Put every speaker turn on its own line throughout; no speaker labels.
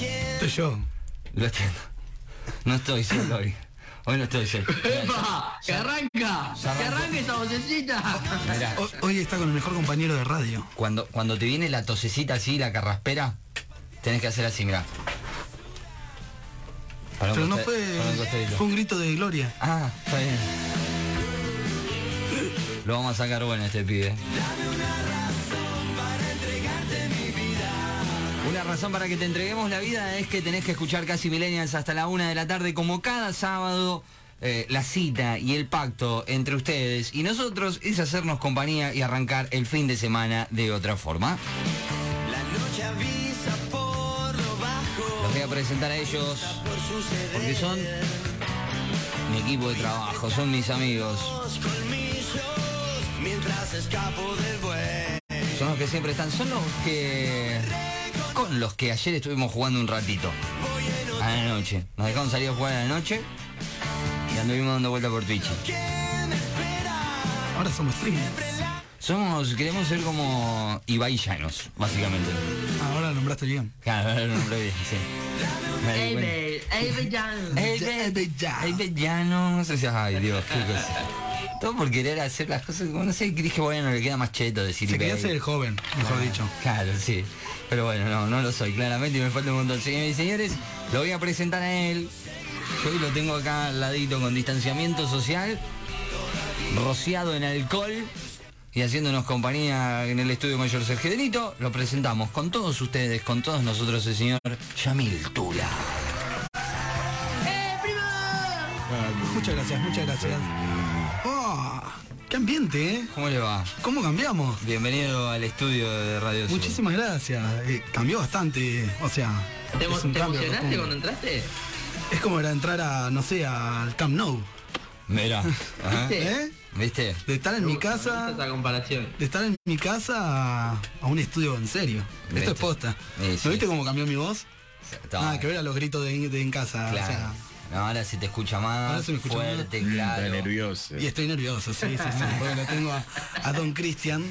estoy yo.
Lo entiendo. No estoy solo hoy. Hoy no estoy solo. Mirá,
¡Epa! ¡Que arranca! ¡Que
ya arrancó.
arranque esa vocecita!
mirá,
Ho- Hoy está con el mejor compañero de radio.
cuando, cuando te viene la tosecita así, la carraspera, tenés que hacer así, mirá. Para un
Pero no
costa-
fue.
para un costadito.
Fue un grito de gloria.
Ah, está bien. Lo vamos a sacar bueno este pibe. Una razón para que te entreguemos la vida es que tenés que escuchar Casi Millennials hasta la una de la tarde, como cada sábado. eh, la cita y el pacto entre ustedes y nosotros es hacernos compañía y arrancar el fin de semana de otra forma. Los voy a presentar a ellos porque son mi equipo de trabajo, son mis amigos. Son los que siempre están, son los que... Con los que ayer estuvimos jugando un ratito. A la noche. Nos dejaron salir a jugar a la noche y anduvimos dando vuelta por Twitch.
Ahora somos streamers.
Somos, queremos ser como Ibai Llanos, básicamente.
Ahora lo nombraste bien.
Claro, ahora lo nombré bien, sí. Me di
¡Ey,
cuenta.
babe! ¡Ey, bellán!
Ey,
Ya-
ve-
ya.
ey, ve- ya no, no sé si- ay Dios, qué cosa. Todo por querer hacer las cosas, como no sé, dije, bueno, le queda más cheto decir
Se quería
ve-
ser joven, mejor dicho.
Claro, sí. Pero bueno, no, no lo soy, claramente, y me falta un montón. Señores y señores, lo voy a presentar a él. Yo hoy lo tengo acá al ladito con distanciamiento social, rociado en alcohol y haciéndonos compañía en el estudio mayor Sergio Delito. Lo presentamos con todos ustedes, con todos nosotros, el señor Yamil Tula.
¡Eh, primo!
Muchas gracias, muchas gracias. Oh, ¡Qué ambiente, eh!
¿Cómo le va?
¿Cómo cambiamos?
Bienvenido al estudio de Radio Sur.
Muchísimas gracias. Eh, cambió bastante. O sea,
¿Te, emo-
es un
te
cambio
emocionaste cuando
rotundo.
entraste?
Es como era entrar a, no sé, al Camp Nou.
Mira. ajá.
Sí.
¿Eh?
¿Viste?
De estar en mi
Me gusta
casa.
esa comparación.
De estar en mi casa a, a un estudio en serio. Esto
Viste.
es posta.
Sí, sí.
¿No viste cómo cambió mi voz?
Toma.
Nada que ver a los gritos de, de en casa. o
Claro.
sea,
No, ahora se te escucha más,
Ahora se me escucha
fuerte,
Mm,
claro.
Está nervioso.
y estoy nervioso, sí, sí, sí. Porque lo tengo a, a Don Cristian.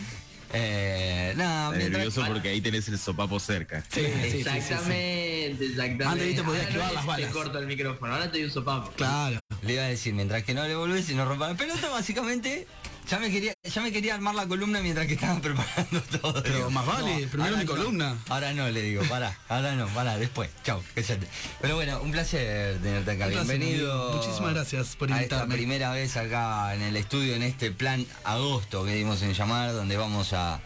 Eh, no,
Está
mientras-
nervioso porque ahí tenés el sopapo cerca.
Sí, sí, sí, sí, sí.
exactamente, exactamente.
Antes, viste, podía
Ahora
esquivar
no
las
es-
balas.
Te corto el micrófono, ahora te doy un sopapo.
Claro.
le iba a decir, mientras que no le volvés y no rompa la pelota, básicamente, ya me quería, ya me quería armar la columna mientras que estaba preparando todo.
Pero
digo,
más vale, primero
ahora
mi columna.
Ahora no, le digo, pará, ahora no, pará, después. Chau, cállate. Pero bueno, un placer tenerte acá.
Un placer,
Bienvenido.
amigo. Muchísimas gracias por
a esta
invitarme.
primera vez acá en el estudio, en este plan agosto que dimos en llamar, donde vamos a.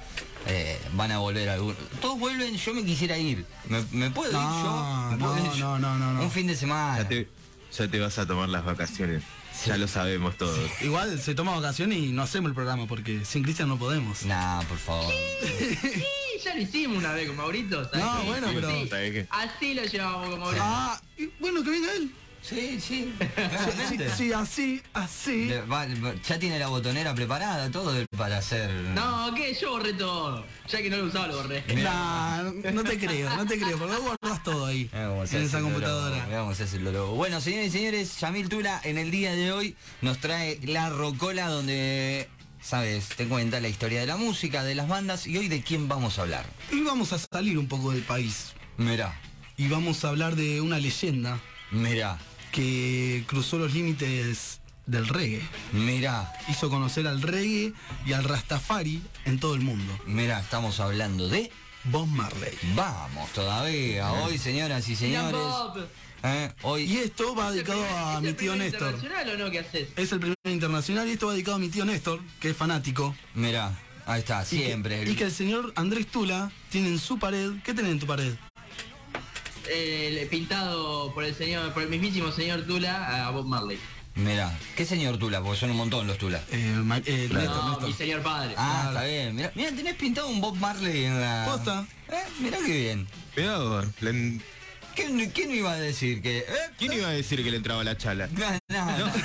eh, van a volver algunos. Todos vuelven, yo me quisiera ir. ¿Me, me puedo ir yo?
No,
¿Me puedo
no,
ir yo?
no, no, no, no.
Un fin de semana.
Ya te, ya te vas a tomar las vacaciones. Ya lo sabemos todos.
Igual se toma vacación y no hacemos el programa porque sin Cristian no podemos.
Nah, por favor.
Sí, ya lo hicimos una vez con Maurito. ¿sabes
No,
qué?
bueno,
Sí,
pero-
sí.
¿Sabés qué?
Así lo llevábamos con Maurito.
Ah, y bueno, que venga él.
Sí, sí.
Sí,
claramente.
sí, así, así.
Le- va- va- ya tiene la botonera preparada, todo del- para hacer.
No, ¿qué? Yo borré todo. Ya que no lo usaba, lo borré.
Nah, no te creo, no te creo, porque vos guardás todo ahí.
Mirá cómo se
en
hace
esa
el loro,
computadora.
mirá cómo se hace el loro. Bueno, señores y señores, Yamil Tula en el día de hoy nos trae la rocola donde, sabes, te cuenta la historia de la música, de las bandas y hoy de quién vamos a hablar.
Hoy vamos a salir un poco del país
Mirá,
y vamos a hablar de una leyenda
mirá,
que cruzó los límites del reggae.
mirá,
Hizo conocer al reggae y al rastafari en todo el mundo.
mirá, estamos hablando de...
Bob Marley.
Vamos todavía, hoy señoras y
Mira,
señores.
Bob.
¿eh?
Y
Hoy...
esto va
¿Es el
dedicado
primer-
a
es
mi
el
tío
primer
Néstor.
internacional o no que haces?
Es el primer internacional y esto va dedicado a mi tío Néstor, que es fanático.
Mirá, ahí está,
Y que-
siempre.
Y que, el señor Andrés Tula tiene en su pared. ¿Qué tiene en tu pared?
Eh, El pintado por el señor, por el mismísimo señor Tula a Bob Marley.
Mirá, ¿qué señor Tula? Porque son un montón los Tula.
Eh, ma- eh, Néstor,
No,
Néstor.
mi señor padre.
Ah, está bien. Mirá, mirá, tenés pintado un Bob Marley en la...
Posta.
Eh, mirá qué bien.
Mirá vos, le-
¿Quién, quién iba a decir que...? eh?
¿Quién iba a decir que le entraba la chala?
No, no, no.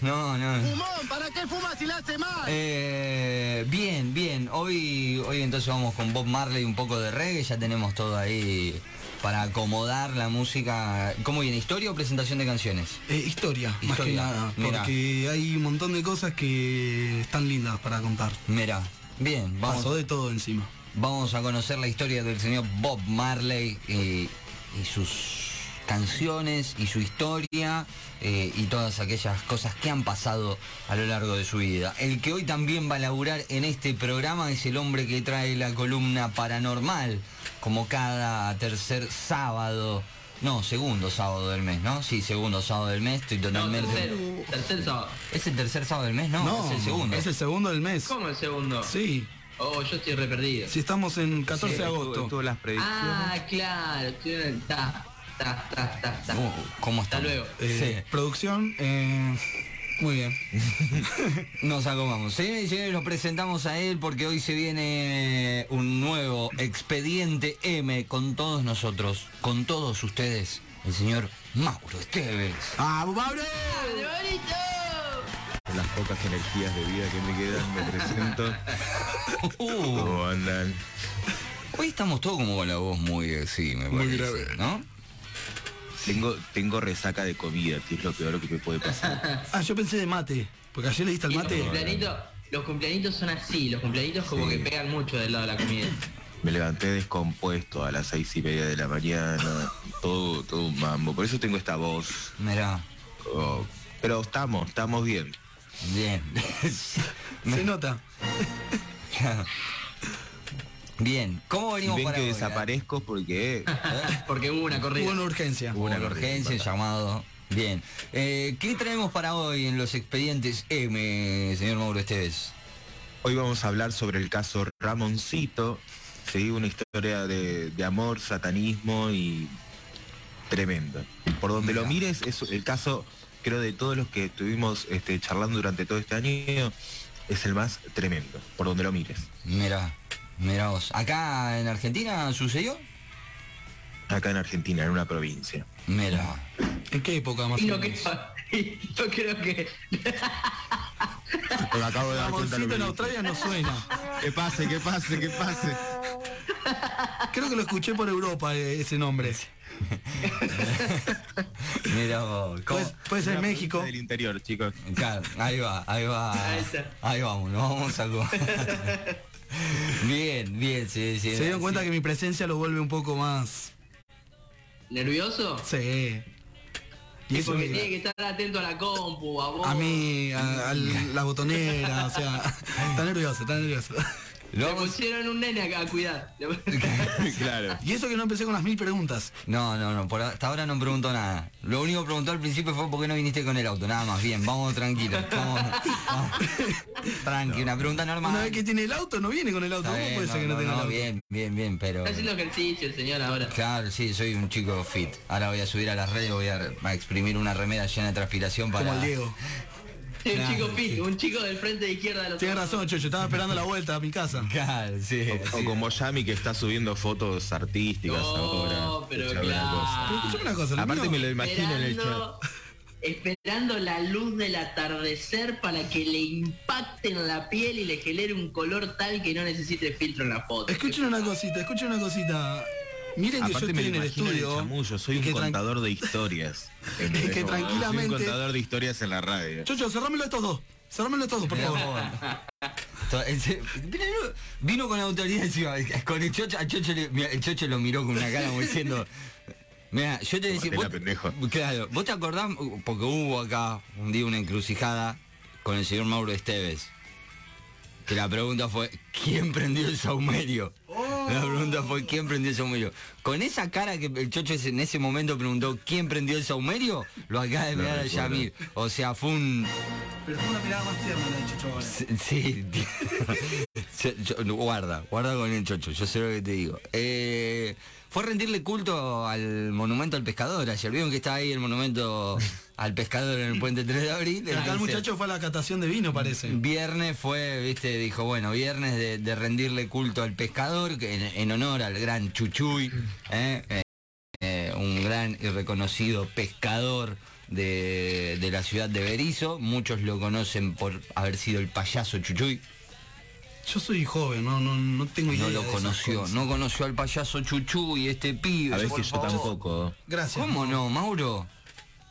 No, no.
Fumón, ¿para qué fumas si la hace mal?
Eh, bien, bien. Hoy, hoy entonces vamos con Bob Marley un poco de reggae. Ya tenemos todo ahí para acomodar la música. ¿Cómo viene? ¿Historia o presentación de canciones?
Eh, historia, más que
Historia,
nada,
mirá.
porque hay un montón de cosas que están lindas para contar.
Mira, bien. Vamos,
Pasó de todo encima.
vamos a conocer la historia del señor Bob Marley y y sus canciones y su historia eh, y todas aquellas cosas que han pasado a lo largo de su vida. El que hoy también va a laburar en este programa es el hombre que trae la columna paranormal, como cada tercer sábado. No, segundo sábado del mes, ¿no? Sí, segundo sábado del mes, estoy
No,
totalmente...
tercero. Tercer sábado.
¿Es el tercer sábado del mes? No, es el segundo.
Es el segundo del mes.
¿Cómo el segundo?
Sí,
Oh, yo estoy re perdido.
si estamos en 14 de agosto.
Todas las predicciones.
Ah, claro, estoy en el... Ta, ta, ta, ta, ta.
Uh, ¿Cómo está?
Hasta luego.
Eh, Producción, eh, muy bien.
Nos acomodamos. Señores y señores, los presentamos a él porque hoy se viene un nuevo expediente M con todos nosotros, con todos ustedes, el señor Mauro Esteves.
¡Ah, Mauro!
Las pocas energías de vida que me quedan, me presento.
Uh,
¿Cómo andan?
hoy estamos todos como con la voz muy así, me parece,
Muy grave.
¿no?
Tengo, tengo resaca de comida, que es lo peor que me puede pasar.
Ah, yo pensé de mate, porque ayer le diste al
Y los
mate.
cumpleañitos, los cumpleañitos son así, los cumpleañitos como que pegan mucho del lado de la comida.
Me levanté descompuesto a las seis y media de la mañana, todo, todo un mambo. Por eso tengo esta voz.
Mirá,
Oh, pero estamos, estamos bien.
bien. Me-
Se nota.
bien, ¿cómo
Y
venimos
ven
para
que
hoy, eh?
desaparezco porque
Porque hubo una corrida.
Hubo una urgencia.
Hubo una
Una
emergencia,
emergencia.
llamado. Bien. Eh, ¿Qué traemos para hoy en los expedientes M, señor Mauro Esteves?
hoy vamos a hablar sobre el caso Ramoncito, ¿sí? una historia de, de amor, satanismo y tremendo. Por donde lo
Mira.
mires, es el caso, creo, de todos los que estuvimos este, charlando durante todo este año, es el más tremendo, por donde lo mires.
Mira, mira vos. ¿Acá en Argentina sucedió?
Acá en Argentina, en una provincia.
Mira.
¿En qué época más
Y
o
no
menos?
creo, y no creo que...
Me acabo de dar cuenta lo
Ramoncito
que
en
dije.
Australia no suena.
Que pase, que pase, que pase.
Creo que lo escuché por Europa eh, ese nombre.
Mira vos. ¿Cómo?
Puede, puede ser
Una
Pues en México.
provincia Del interior, chicos.
Claro, ahí va, ahí va.
Ahí está.
Ahí vamos, nos vamos a comer. Bien, bien, sí, sí.
Se dieron
sí.
cuenta que mi presencia lo vuelve un poco más.
¿Nervioso?
Sí. Y
Y
eso
porque
me-
tiene que estar atento a la compu, a vos.
a mí, a, a la botonera, o sea, está nervioso, está nervioso.
Lo
Le
vamos-
pusieron un nene a, a cuidar.
claro.
Y eso que no empecé con las mil preguntas.
No, no, no, por hasta ahora no preguntó nada. Lo único que preguntó al principio fue por qué no viniste con el auto, nada más. Bien, vamos tranquilos. Vamos, vamos. Tranqui, una pregunta normal.
Una vez que tiene el auto, no viene con el auto.
Está
¿Cómo
bien,
puede ser que no, tenga el auto?
bien, bien, bien, pero...
Está haciendo ejercicio el señor ahora.
Claro, sí, soy un chico fit. Ahora voy a subir a las redes, voy a, a exprimir una remera llena de transpiración para...
Como el Diego.
Sí, un
Claro,
chico fit, un chico del frente de izquierda de los
Tienes razón, Chocho, estaba esperando la vuelta a mi casa.
Claro, sí.
O,
sí.
como Yami que está subiendo fotos artísticas
No,
ahora.
pero
Escuchame una
claro.
cosa.
Pero escuchame una cosa, lo
Aparte
mío-
me lo imagino en el chat.
esperando, esperando la luz del atardecer para que le impacte en la piel y le genere un color tal que no necesite filtro en la foto.
Escuchen una cosita, escuchen una cosita. Miren que yo
Aparte me
estoy en
lo
el
imagino en el
estudio.
chamullo, soy
y
un
que tran-
contador de historias.
que
Como,
tranquilamente-
Soy un contador de historias en la radio.
Chocho, cerrámelo estos dos. Cerrámelo estos dos, por
Mirá
favor.
vos. To- ese- mirá, no, Vino con autoridad encima, con el chocho, a Chocho le- mirá, el chocho lo miró con una cara como diciendo. Mira, yo te decía.
Cortela, pendejo.
claro, vos te acordás, porque hubo acá un día una encrucijada con el señor Mauro Esteves. Que la pregunta fue, ¿quién prendió el saumerio?
Oh.
La pregunta fue, ¿quién prendió el saumerio? Con esa cara que el chocho ese- en ese momento preguntó, ¿quién prendió el saumerio? Lo acaba de
Lo
mirar a
recuerdo.
Yamir. O sea, fue un...
Pero fue una mirada más tierna la de Chocho ahora.
Sí, Sí, Se- yo- guarda, guarda con el chocho, yo sé lo que te digo. Eh, fue a rendirle culto al monumento al pescador ayer. Vieron que está ahí el monumento al pescador en el puente 3 de abril.
Acá el
Entonces,
muchacho fue a la catación de vino, parece.
Viernes fue, viste, dijo, bueno, viernes de, de rendirle culto al pescador, que en, en honor al gran Chuchuy, ¿eh? Eh, eh, un gran y reconocido pescador de, de la ciudad de Berizo. Muchos lo conocen por haber sido el payaso Chuchuy.
Yo soy joven, no, no, no tengo idea.
No
de
lo
esas
conoció,
cosas.
no conoció al payaso Chuchu y este pibe.
A
por
veces yo
favor.
tampoco.
Gracias.
¿Cómo no, Mauro?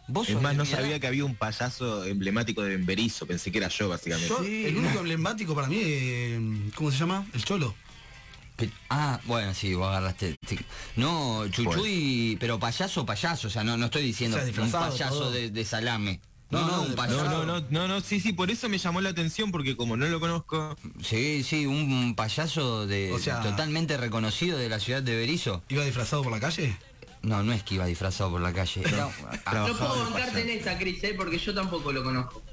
Vos
Es
sos
más,
de
no
mi edad.
sabía que había un payaso emblemático de Bemberizo, pensé que era yo básicamente.
em, Yo, el único emblemático para mí, eh, ¿cómo se llama? El Cholo.
Pe- Ah, bueno, sí, vos agarraste. sí. No, chuchuy, pero payaso, payaso. O sea, no, no estoy diciendo
O sea,
un
disfrazado,
payaso
todo.
de, de salame. No,
No,
no,
no,
un
de-
payaso.
No, no, no, no, no, sí, sí, por eso me llamó la atención, porque como no lo conozco,
Sí, sí, un payaso de
O sea-
totalmente reconocido de la ciudad de Berizo.
¿Iba disfrazado por la calle?
No, no es que iba disfrazado por la calle. Era, Ah,
trabajaba
No puedo
de
bancarte en
payaso.
esta, Cris, eh, porque yo tampoco lo conozco.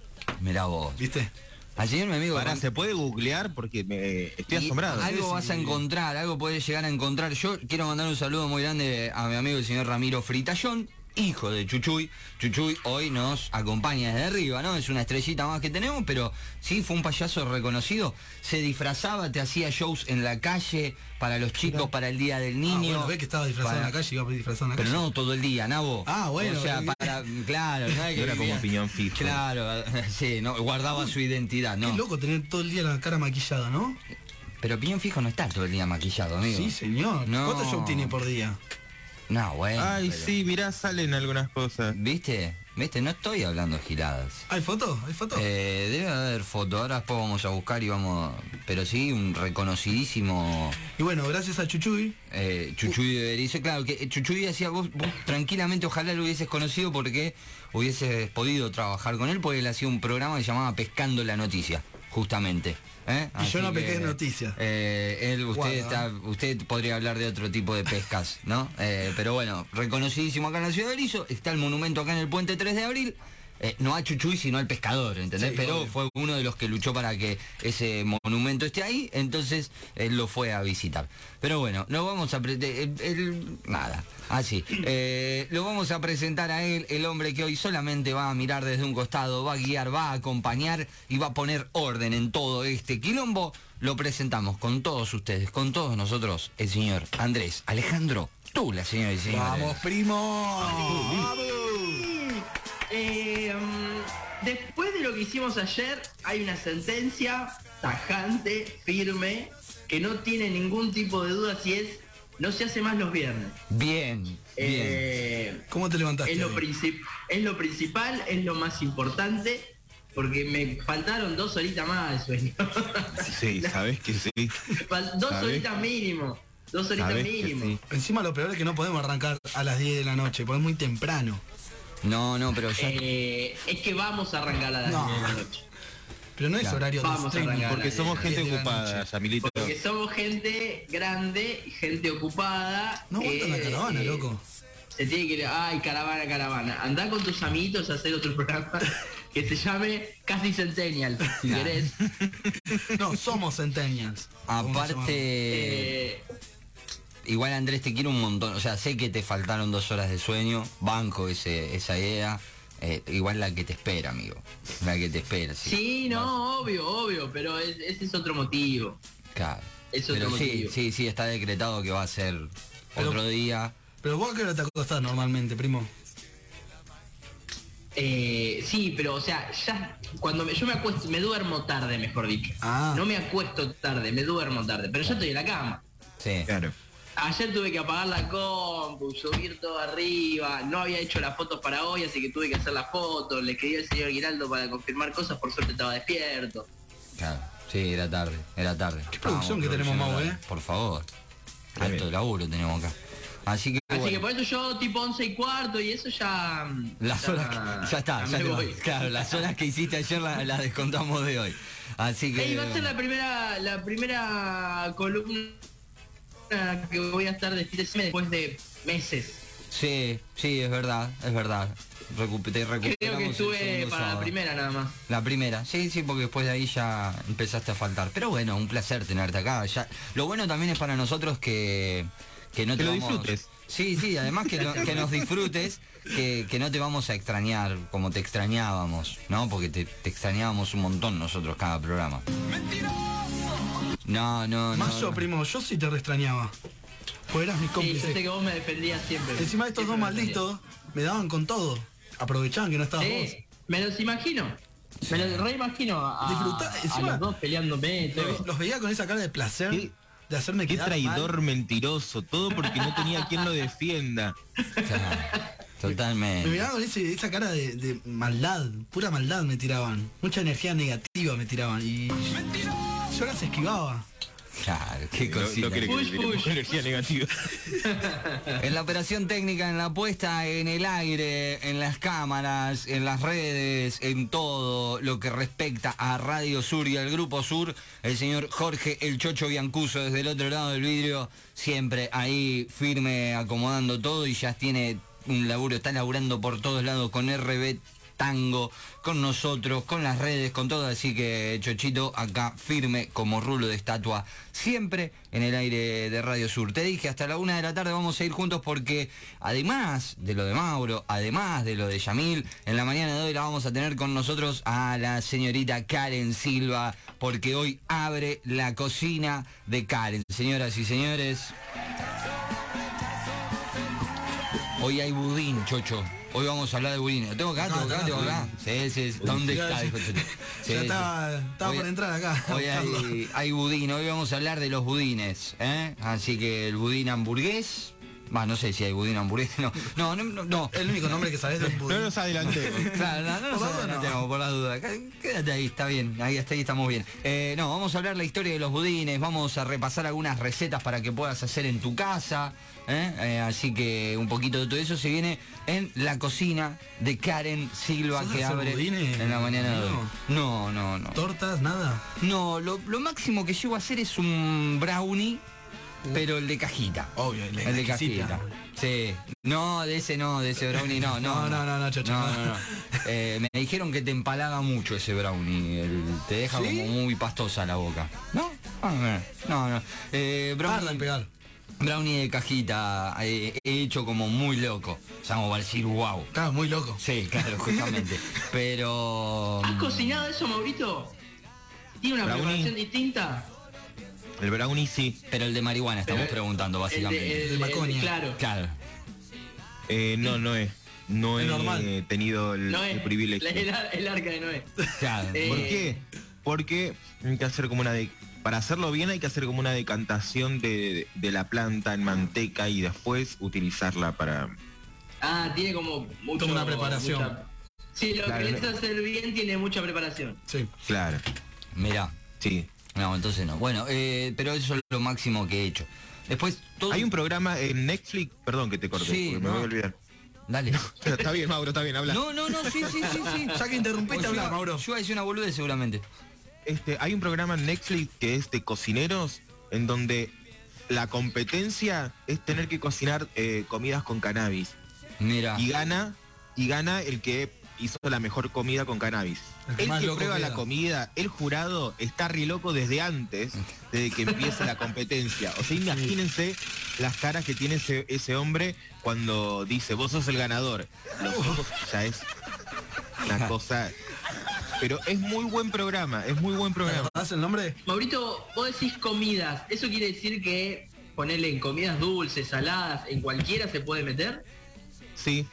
mirá vos.
¿Viste?
Ayer mi amigo.
Pará,
con-
¿se puede googlear? Porque me, estoy
Y
asombrado.
Algo vas a encontrar, algo podés llegar a encontrar. Yo quiero mandar un saludo muy grande a mi amigo el señor Ramiro Fritallón, hijo de Chuchuy. Chuchuy hoy nos acompaña desde arriba, ¿no? Es una estrellita más que tenemos, pero sí, fue un payaso reconocido. Se disfrazaba, te hacía shows en la calle, para los chicos, para el Día del
Ah,
Niño.
bueno, ves que estaba disfrazado
para-
en la calle, iba disfrazado en la
Pero
calle.
no todo el día, Nabo.
Ah, bueno,
O sea,
pero-
para, claro, no es que
No era como
vivía-
piñón fijo.
Claro, sí, no, guardaba su identidad,
Qué
¿no?
loco tener todo el día la cara maquillada, ¿no?
Pero piñón fijo no está todo el día maquillado, amigo.
Sí, señor.
No.
¿Cuántos shows tiene por día?
No, bueno.
Ay,
pero-
sí, mirá, salen algunas cosas.
¿Viste? ¿Viste? No estoy hablando giladas.
¿Hay fotos? ¿Hay fotos?
Eh, debe haber foto, ahora después vamos a buscar y vamos... Pero sí, un reconocidísimo
Y bueno, gracias a Chuchuy.
eh, Chuchuy de Berizo. Claro, que eh, Chuchuy decía, vos, vos tranquilamente ojalá lo hubieses conocido porque hubieses podido trabajar con él, porque él hacía un programa que se llamaba Pescando la Noticia, justamente. ¿Eh?
Y yo no
que,
pesqué noticias.
eh, él, usted,
Guarda.
está, usted podría hablar de otro tipo de pescas, ¿no? Eh, pero bueno, reconocidísimo acá en la ciudad de Berizo, está el monumento acá en el puente 3 de abril. Eh, no a Chuchuy, sino al pescador, ¿entendés?
Sí,
pero
obvio.
fue uno de los que luchó para que ese monumento esté ahí, entonces él lo fue a visitar. Pero bueno, lo vamos a pre- de- el- el- nada, así. Eh, lo vamos a presentar a él, el hombre que hoy solamente va a mirar desde un costado, va a guiar, va a acompañar y va a poner orden en todo este quilombo. Lo presentamos con todos ustedes, con todos nosotros, el señor Andrés Alejandro Tula, señor y señores.
¡Vamos, primo!
Eh, mm, después de lo que hicimos ayer, hay una sentencia tajante, firme, que no tiene ningún tipo de duda si es no se hace más los viernes.
Bien, bien.
Eh,
¿Cómo te levantaste?
es, lo
hoy?
princip- es lo principal, es lo más importante, porque me faltaron dos horitas más de sueño.
Sí, sabés que sí.
Fal- dos
¿Sabés?
horitas mínimo. Dos horitas
Sabés que
mínimo.
sí.
Encima lo peor es que no podemos arrancar a las 10 de la noche, porque es muy temprano.
No, no, pero ya...
Eh, es que vamos a arrancar a las
No.
10 de la noche.
Pero no es
Claro.
horario de
Vamos a
streaming,
arrancar.
Porque somos
Diez
gente
de la
ocupada,
noche.
Yamilito.
Porque somos gente grande, gente ocupada. eh,
No aguanta la caravana, loco.
Se tiene que ir, ay, caravana, caravana. Andá con tus amiguitos a hacer otro programa que se llame Casi Centennial, si
Nah.
querés.
No, somos centennials.
Aparte...
Eh,
Igual Andrés te quiero un montón, o sea, sé que te faltaron dos horas de sueño, banco ese, esa idea, eh, igual la que te espera, amigo, la que te espera, sí.
sí, no, obvio, obvio, pero es- ese es otro motivo.
Claro.
Es otro
Pero sí,
motivo.
sí, sí, está decretado que va a ser
Pero-
otro día.
Pero vos a qué hora te acostás normalmente, primo.
Eh, sí, pero o sea, ya cuando me- yo me acuesto, me duermo tarde, mejor dicho.
Ah.
No me acuesto tarde, me duermo tarde, pero yo estoy en la cama.
Sí.
Claro.
Ayer tuve que apagar la compu, subir todo arriba, no había hecho las fotos para hoy, así que tuve que hacer las fotos, le escribí al señor Giraldo para confirmar cosas, por suerte estaba despierto.
Claro. Sí, era tarde, era tarde.
Qué producción que tenemos,
producción,
Mau,
dale,
eh.
Por favor.
Bien.
Alto laburo tenemos acá. Así que,
Así
bueno,
que por eso yo tipo 11 y cuarto y eso ya... mm,
las
ya-
horas que- ya está, ya
me
te vas.
voy.
Claro, las horas que hiciste ayer la- las descontamos de hoy. Así que
Ey, va a ser la primera, la primera columna que voy a estar de fin de semana después de meses.
Sí, sí, es verdad, es verdad. Recupe- te recuperamos
Creo que
el
estuve
segundo
para
sábado.
la primera nada más.
La primera, sí, sí, porque después de ahí ya empezaste a faltar. Pero bueno, un placer tenerte acá. Ya, lo bueno también es para nosotros que, que no
Que
te
lo
vamos-
disfrutes.
Sí, sí, además que, lo- que nos disfrutes, que, que no te vamos a extrañar como te extrañábamos, ¿no? Porque te, te extrañábamos un montón nosotros cada programa. No, no, no.
Más yo,
no.
primo, yo sí te re extrañaba. Pues eras mi
Sí, yo
cómplice.
sé que vos me defendías siempre.
Encima estos dos
Siempre me defendías.
malditos me daban con todo. Aprovechaban que no estabas vos.
Sí, me los imagino. Me los reimagino a,
Disfrutá,
a
encima-
los dos peleándome. todo.
Los, los veía con esa cara de placer
Qué-
de hacerme
Qué
quedar mal.
traidor mentiroso, todo porque no tenía quien lo defienda.
O sea,
Me
totalmente.
miraban con ese- esa cara de, de maldad, pura maldad me tiraban. Mucha energía negativa me tiraban y yo las esquivaba.
Claro, qué
No,
cosita.
no quiere que
Push,
le
push.
tiremos energía negativa.
En la operación técnica, en la puesta en el aire, en las cámaras, en las redes, en todo lo que respecta a Radio Sur y al Grupo Sur, el señor Jorge El Chocho Biancuso desde el otro lado del vidrio, siempre ahí firme, acomodando todo y ya tiene un laburo, está laburando por todos lados con RB Tango, con nosotros, con las redes, con todo, así que Chochito acá firme como rulo de estatua, siempre en el aire de Radio Sur. Te dije, hasta la una de la tarde vamos a ir juntos porque además de lo de Mauro, además de lo de Yamil, en la mañana de hoy la vamos a tener con nosotros a la señorita Karen Silva, porque hoy abre la cocina de Karen. Señoras y señores, hoy hay budín, Chocho. Hoy vamos a hablar de budín. ¿Lo tengo acá?
Acá,
¿Tengo acá?
acá,
¿Tengo acá? Sí, sí. ¿Dónde
Ya,
está?
ya-
dijo Chocho? Sí,
ya
sí.
estaba, estaba
Hoy-
por entrar acá. a
Hoy
buscarlo.
hay, hay budín, hoy vamos a hablar de los budines, ¿eh? Así que el budín hamburgués, más no sé si hay budín hamburgués, no, no, no, no, no.
El único nombre que sabes de un
No
budín.
nos adelantemos.
Claro, no, no,
Por
no,
la duda,
no
no.
tenemos por la duda. Qué- Quédate ahí, está bien, ahí hasta ahí estamos bien. Eh, no, vamos a hablar la historia de los budines, vamos a repasar algunas recetas para que puedas hacer en tu casa. ¿eh? Eh, así que un poquito de todo eso se viene en la cocina de Karen Silva
¿Sos de
que
hacer
abre
budines,
en la mañana de hoy.
amigo?
No, no, no.
Tortas, nada.
No, lo, lo máximo que llego a hacer es un brownie, pero el de cajita.
Obvio, el de
El de
exquisita.
cajita. Sí. No, de ese no, de ese brownie no, no.
No, no, no, no, chocho,
No,
no.
no, no. Eh, me dijeron que te empalaga mucho ese brownie. el- te deja
¿Sí?
como muy pastosa la boca. ¿No? Ah, mira. No, no. Eh, brownie-
Tarda en pegar.
Brownie de cajita, eh, he hecho como muy loco. O sea, como para decir wow.
Estaba muy loco.
Sí, claro, justamente. Pero. mm,
¿Has cocinado eso, Maurito? ¿Tiene una
Brownie.
preparación distinta?
El brownie sí.
Pero el de marihuana estamos
Pero-
preguntando,
El
básicamente.
de, el-
El de
el-
Maconia.
claro.
Claro.
Eh, no, no es. No
Es
he
normal.
tenido el,
Noé.
el
La-
privilegio.
El, ar- el arca de Noé.
Claro.
Eh,
¿Por qué? Porque hay que hacer como una de... Para hacerlo bien hay que hacer como una decantación de, de la planta en manteca y después utilizarla para...
Ah, tiene como mucho,
Como una preparación.
Sí, lo
Claro,
que
no.
hacer bien tiene mucha preparación.
Sí.
Claro,
Mira.
sí.
No, entonces no. Bueno, eh, pero eso es lo máximo que he hecho. Después todo.
Hay un programa en Netflix... Perdón que te corté,
Sí,
porque
no.
me voy a olvidar.
Dale.
está bien, Mauro, está bien, habla.
No, no, no, sí, sí, sí, sí.
Ya que interrumpiste,
Yo iba-
habla, Mauro.
Yo hice una boludez seguramente.
Este, hay un programa en Netflix que es de cocineros en donde la competencia es tener que cocinar eh, comidas con cannabis.
Ah.
Mira.
y gana y gana el que hizo la mejor comida con cannabis.
El que
El
más
que
loco
prueba
queda.
la comida, el jurado está re loco desde antes, desde que empieza la competencia. O sea, imagínense las caras que tiene ese, ese hombre cuando dice, vos sos el ganador. Los ojos ya es una cosa. Pero es muy buen programa, es muy buen
¿Te
programa.
acordás el nombre?
Maurito, vos decís comidas. ¿Eso quiere decir que ponerle en comidas dulces, saladas, en cualquiera se puede meter?
Sí,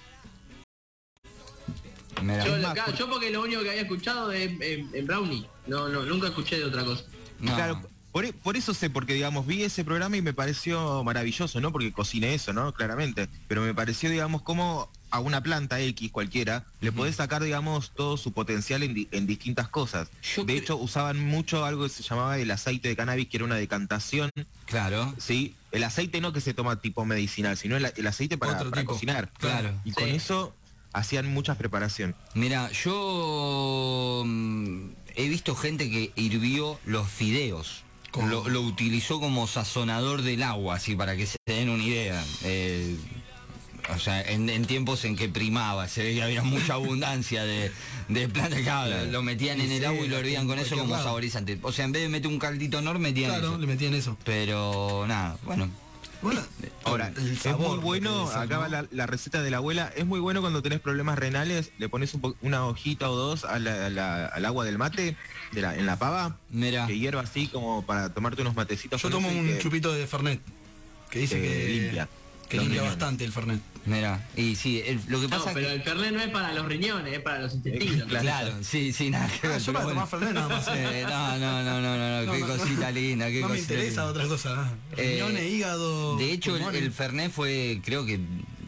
Mira.
Yo,
Es más,
claro,
por-
yo porque lo único que había escuchado es en, en brownie. No, no, nunca escuché de otra cosa.
No.
claro. Por, e- por eso sé, porque digamos, vi ese programa y me pareció maravilloso, ¿no? Porque cociné eso, ¿no? Claramente. Pero me pareció, digamos, como a una planta X cualquiera, le podés sacar, digamos, todo su potencial en, di- en distintas cosas.
Yo
de
cre-
hecho, usaban mucho algo que se llamaba el aceite de cannabis, que era una decantación,
Claro.
¿sí? El aceite no que se toma tipo medicinal, sino el, el aceite para,
Otro
para
tipo.
cocinar.
Claro.
Y con
Sí.
eso hacían muchas preparaciones.
Mira, yo mm, he visto gente que hirvió los fideos.
¿Cómo?
Lo, lo utilizó como sazonador del agua, así para que se den una idea. Eh, o sea, en, en tiempos en que primaba, se veía había mucha abundancia de, de planta, claro, lo metían
Y
en el
sí,
agua y lo hervían con eso
cualquier
como
lado.
saborizante. O sea, en vez de meter un caldito enorme, metían
Claro,
eso.
le metían eso.
Pero nada, bueno.
Bueno,
Ahora, es muy bueno,
lo que decís,
acá va
¿no?
la, la receta de la abuela, es muy bueno cuando tenés problemas renales, le pones un po- una hojita o dos a la- a la- al agua del mate, de la- en la pava,
Mira,
que hierva así como para tomarte unos matecitos.
Yo
con
tomo
eso y
un
que-
chupito de Fernet, que dice
Eh,
que
limpia.
Que
Los
limpia
riñones.
bastante el Fernet.
mira. Y sí, el- lo que
No,
pasa es
pero
que...
el Fernet no es para los riñones, es para los intestinos.
Claro.
Claro, sí, sí, nada que
Ah,
ver,
yo
pero
para
bueno.
tomar Fernet nada más.
Eh, no, no, no, no, no, no, qué
No, no,
cosita
no.
linda, qué
no me
cosita
interesa
linda.
otra cosa. ¿no?
Eh,
Riñones, hígado.
De hecho, el,
pulmones.
el Fernet fue, creo que,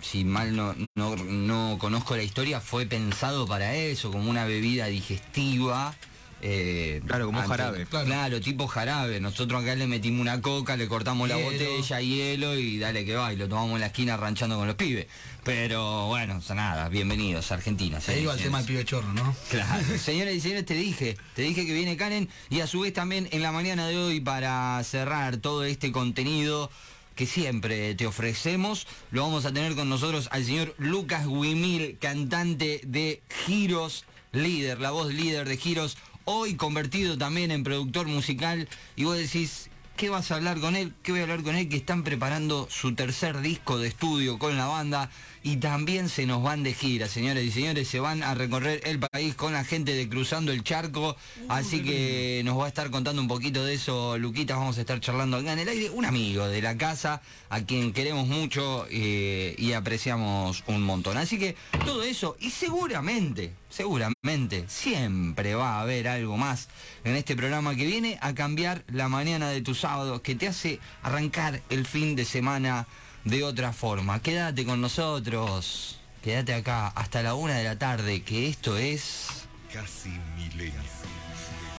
si mal no, no, no conozco la historia, fue pensado para eso, como una bebida digestiva. eh,
Claro, como jarabe.
Claro. Claro, tipo jarabe. Nosotros acá le metimos una coca, le cortamos la
Hielo.
botella, hielo y dale que va. Y lo tomamos en la esquina ranchando con los pibes. Pero bueno, o sea, nada, bienvenidos ¿eh? a Argentina.
Se
señores
iba al
y
tema del
señores.
pibe chorro, ¿no?
Claro, señores y señores, te dije, te dije que viene Karen y a su vez también en la mañana de hoy para cerrar todo este contenido que siempre te ofrecemos, lo vamos a tener con nosotros al señor Lucas Guimil, cantante de Giros, líder, la voz líder de Giros, hoy convertido también en productor musical y vos decís, ¿Qué vas a hablar con él? ¿Qué voy a hablar con él? Que están preparando su tercer disco de estudio con la banda y también se nos van de gira, señores y señores. Se van a recorrer el país con la gente de Cruzando el Charco. Así que nos va a estar contando un poquito de eso, Luquitas. Vamos a estar charlando acá en el aire. Un amigo de la casa a quien queremos mucho eh, y apreciamos un montón. Así que todo eso y seguramente, seguramente, siempre va a haber algo más en este programa que viene a cambiar la mañana de tu sábado, que te hace arrancar el fin de semana de otra forma. Quédate con nosotros, quédate acá hasta la una de la tarde, que esto es...
Casi milenio.